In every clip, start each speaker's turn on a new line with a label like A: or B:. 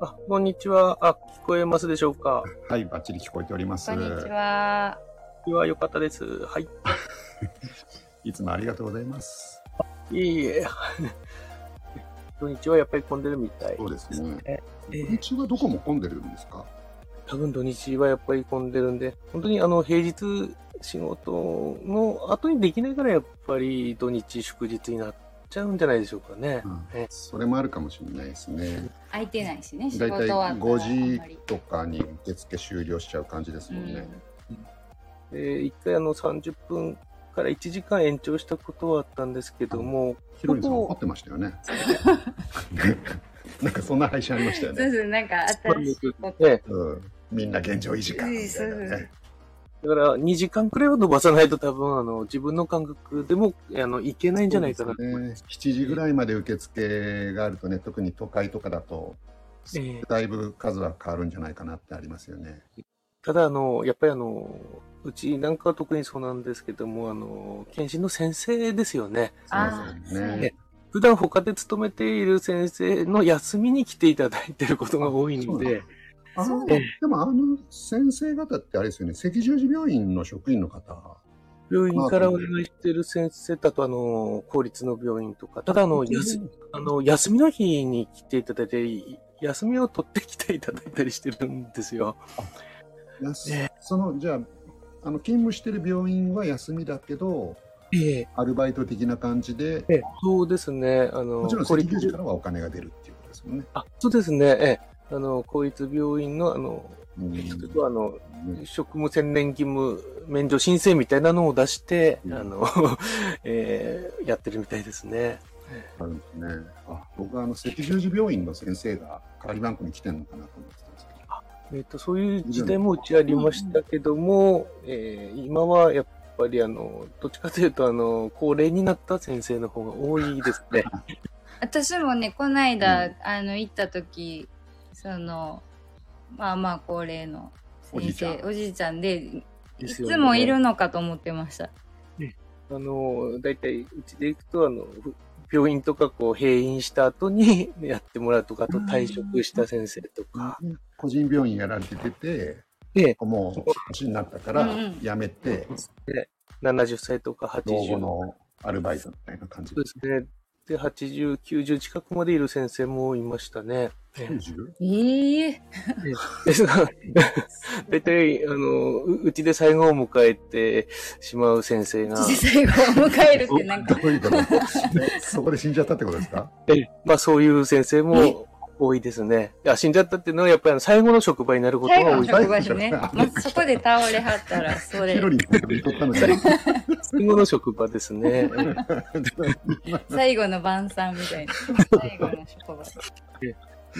A: あ、こんにちは。あ、聞こえますでしょうか。
B: はい、バッチリ聞こえております。
C: こんにちは。
A: では、よかったです。はい。
B: いつもありがとうございます。
A: いえいえ。 土日はやっぱり混んでるみたい。
B: そうですね。
A: え
B: う
A: え
B: ちはどこも混んでるんですか
A: 多分土日はやっぱり混んでるんで、本当にあの、平日仕事の後にできないからやっぱり土日祝日になっちゃうんじゃないでしょうかね。ええ
B: それもあるかもしれないですね。
C: 空いてないしね、仕
B: だ
C: 事
B: いたい
C: 終わったらあん
B: 5
C: まり
B: 時。とかに受付終了しちゃう感じです
C: う
B: もんね。
C: ん
A: で、一回あの、30分から1時間延長したことはあったんですけども、
B: ひろりさん怒ってましたよ ね。なんかそんな配信ありましたよ
C: そう
B: ね。
C: そう、なんか新しいこと。
A: ええ
B: うん、みんな現状維持かみたいな
C: そうそう
B: ね。
A: だから2時間くらいは伸ばさないと多分あの自分の感覚でもあのいけないんじゃないかなと思い
B: ね
A: ます。
B: 7時ぐらいまで受付があるとね、特に都会とかだと、
A: ええ
B: だいぶ数は変わるんじゃないかなってありますよね。
A: ただあの、やっぱりあの、うちなんかは特にそうなんですけども、あの、検診の先生ですよね。
C: あー
B: そうですよね。
A: 普段他で勤めている先生の休みに来ていただいていることが多いので、
B: あ
C: そう
B: の
C: だ
B: でもあの先生方ってあれですよね、赤十字病院の職員の方、
A: 病院からお願いしている先生だと、あの、公立の病院とか、ただあの、休あの休みの日に来ていただいて、休みを取ってきていただいたりしてるんですよ。
B: やす
A: ね
B: そのじゃああの、勤務してる病院は休みだけど、
A: ええ
B: アルバイト的な感じで、
A: そうですね。あの、
B: もちろん
A: 公
B: 赤
A: 立
B: 十字からはお金が出るっていうことですもんね。
A: あ、そうですね。ええ、あの、公立病院の、あの、
B: うん
A: ちょっとあの、職務専念義務免除申請みたいなのを出して、
B: うん
A: あの、 ええやってるみたいですね。
B: あるんですね。あ僕はあの赤十字病院の先生が代わりバンクに来てるのかなと思ってたんですけど。
A: えっ、と、そういう時代もうちありましたけども、ええ今はやっぱりあの、どっちかというと、あの、高齢になった先生の方が多いです ね。
C: 私もね、こない
B: うん
C: だ、あの、行った時、その、まあまあ恒例の
B: おじ
C: 先
B: いちゃ
C: 生、
B: ん
C: おじいちゃんで、い
A: ですよね
C: つもいるのかと思ってました。
A: あの、大体、うちで行くと、あの、ふ病院とかこう、閉院した後に やってもらうとか、あと退職した先生とか、
B: 個人病院やられてて、
A: で、
B: もう年になったから
C: うんうん
B: 辞めて、
A: 70歳とか
B: 老後
A: 80。
B: のアルバイトみたいな感じ
A: そうですね。で、80、90近くまでいる先生もいましたね。
B: 90?
C: え え
A: ですが、 大体、あの、ううちで最後を迎えてしまう先生が、
C: ー、最後を迎えるってなん か、
B: どういうことそこで死んじゃったってことですか
A: まあそういう先生も多いですね。いや、死んじゃったっていうのは、やっぱりあの最後の職場になること
C: 最後
A: が多
C: の
A: い。
C: 職場で ね、
B: 最後の職場
C: まあ、そこで倒れはったら、そ
B: ヒ
C: れ
B: ロ、リンって見とったのに。
A: 最後の職場ですね。
C: 最後の晩餐み たいな。最後の職場。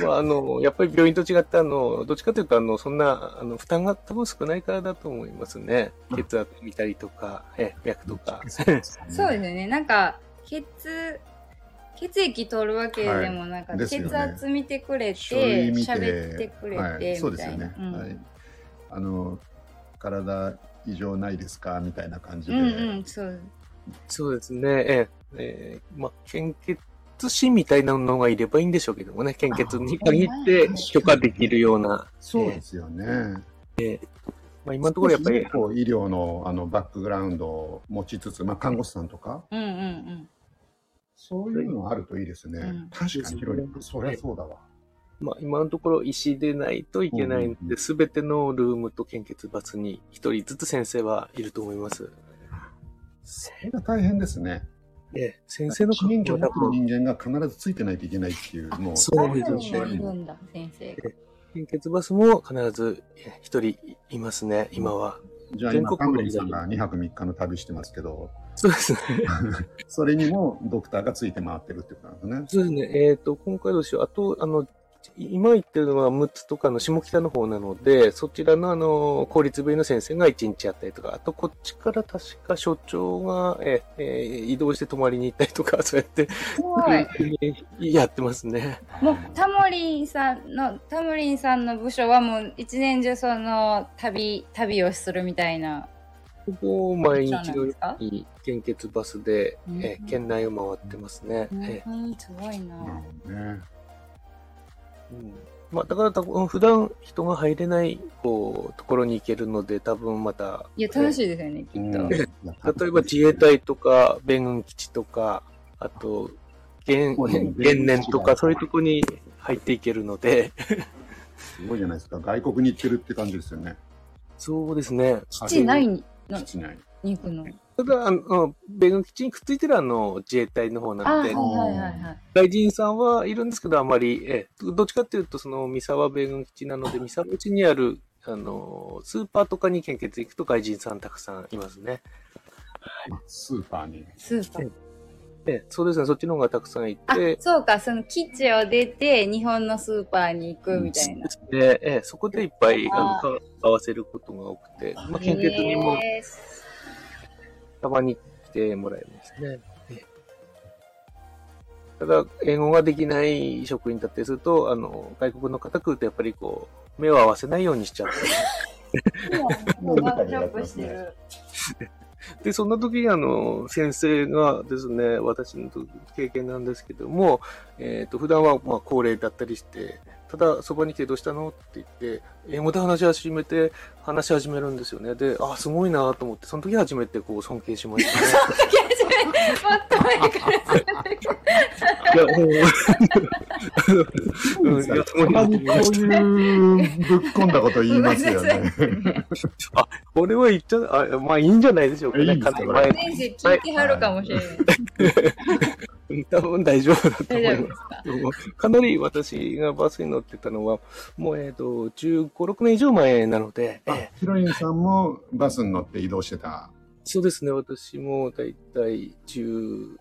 A: まあ、あの、やっぱり病院と違って、あの、どっちかというと、あの、そんな、あの、負担が多分少ないからだと思いますね。血圧見たりとか、え、脈とか。
C: そうですよね。なんか血血液取るわけでもなか
B: はいで
C: った、
B: すよね
C: 血圧見てくれて
B: 書類見て、
C: 喋ってくれて、
B: はい、そう
C: み
B: です
C: た
B: よ
C: いな。
B: ね。
C: うん
B: はい。あの、体異常ないですかみたいな感じ
C: う
B: で。
C: んうん、そう。
A: そうですね。ええ、ええまあ、献血師みたいなのがいればいいんでしょうけどもね、献血に限って許可できるような。
B: そうですよね。
A: まあ、今のところやっぱり、
B: こう医療のあのバックグラウンドを持ちつつ、まあ、看護師さんとか、
C: うんうん
B: そういうのあるといいですね。
C: うん
B: 確かに、ヒロリン、そりゃそうだわ。
A: まあ、今のところ医師でないといけないん
B: うんうんう
A: で、
B: ん
A: すべてのルームと献血バスに一人ずつ先生はいると思います。
B: それが大変ですね。
A: ええ、先生の
B: 一
A: 環
B: 人間
A: 境
B: を
A: だ
B: 持ってる
A: と、
B: 人間が必ずついてないといけないっていう、もう、
A: そう
C: うん。
A: です
C: 中
A: よ
C: にもいるんだ、先生が。
A: 献血バスも必ずえ一人いますね、今は。
B: じゃあ
A: 全
B: 今、
A: 国
B: カムリンさんが2泊3日の旅してますけど、
A: そうですね。
B: それにもドクターがついて回ってるってことなんですね。
A: そうですね。えっ、と、今回どうしよう。あと、あの、い今言ってるのは6つとかの下北の方なので、そちらのあの、公立病院の先生が1日あったりとか、あとこっちから確か所長が、ええー移動して泊まりに行ったりとか、 そうやって、
C: すごい。
A: やってますね。
C: もうタモリンさんのタモリンさんの部署はもう一年中その旅旅をするみたいな。
A: ここを毎日
C: そうな
A: の
C: んで
A: よ
C: すか
A: うに献血バスで、え
C: う
A: ー
C: ん
A: 県内を回ってますね。
C: う
A: え
C: ん、すご
B: なる
C: いな。
B: ほどね。
A: ーうんまあ、だから多分普段人が入れないこうところに行けるので多分また
C: いや、楽しいですよね、きっと。
A: 例えば自衛隊とか米軍基地とかあと原
B: ここに
A: 原燃とかそういうとこに入っていけるのです
B: ごいじゃないですか。外国に行ってるって感じですよね。
A: そうですね
B: 基
C: 基地内に
B: 基地内。
C: に行くの。
A: ただあの米軍基地にくっついてるあの自衛隊の方
C: あ、
A: な
C: は
A: ん
C: い
A: で
C: はいはいはい。
A: 外人さんはいるんですけど、あまり、ええ、どっちかっていうと、その三沢米軍基地なので、三沢基地にある、あの、スーパーとかに献血行くと外人さんたくさんいますね。
B: スーパーに。
C: スーパー。
A: ええ、そうですね、そっちの方がたくさんい
C: あ
A: て、、
C: そうか、その基地を出て、日本のスーパーに行くみたいな。
A: でええ、そこでいっぱい、
C: あ
A: あの、合わせることが多くて、まあ、献血にも
C: へ
A: たまに来てもらえますね。ええただ、英語ができない職員だったりすると、あの、外国の方来ると、やっぱりこう、目を合わせないようにしちゃったり
C: ーもうワークショップして る。
A: で、そんな時にあの、先生がですね、私の経験なんですけども、えっ、と、普段はまあ高齢だったりして、ただ、そばに来てどうしたのって言って、英語で話し始めて、話し始めるんですよね。で、あ、すごいなと思って、その時初めてこう、尊敬しましたね。
C: もっと前からそ
A: いや、
C: れ
A: もう、うんいや
B: たまにこういうぶっ込んだこと言いますよね。
A: これは言っちゃ、あまあいいんじゃないでしょうか
B: い
A: ね、
B: いで
A: か
B: す
A: な
B: か
A: り
B: これ
C: 先生聞いてはるかもしれない。
A: 前。多分大丈夫だと
C: 大
A: 思い
C: 丈
A: ます
C: 夫です。か
A: でもかなり私がバスに乗ってたのは、もうえっ、と、15、6年以上前なので、ええ
B: ヒロインさんもバスに乗って移動してた。
A: そうですね、私もだいたい14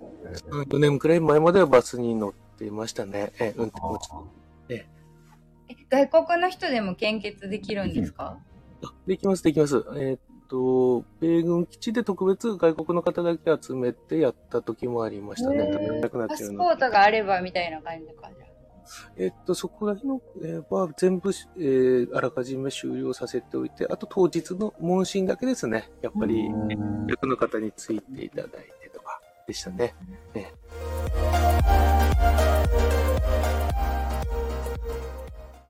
A: 4年くらい前まではバスに乗ってましたね。ええ運転もちょ
C: え外国の人でも献血できるんですか
A: っとできます、できます。えーっと、米軍基地で特別外国の方だけ集めてやった時もありましたね。
C: へー
A: 多分なくなっ
C: パ
A: て
C: ス
A: る
C: ポ
A: の
C: ートがあればみたいな感じかじゃあ
A: えーっと、そこら辺の、えーは全部、えーあらかじめ終了させておいて、あと当日の問診だけですね。やっぱり、役の方についていただいてとかでしたね。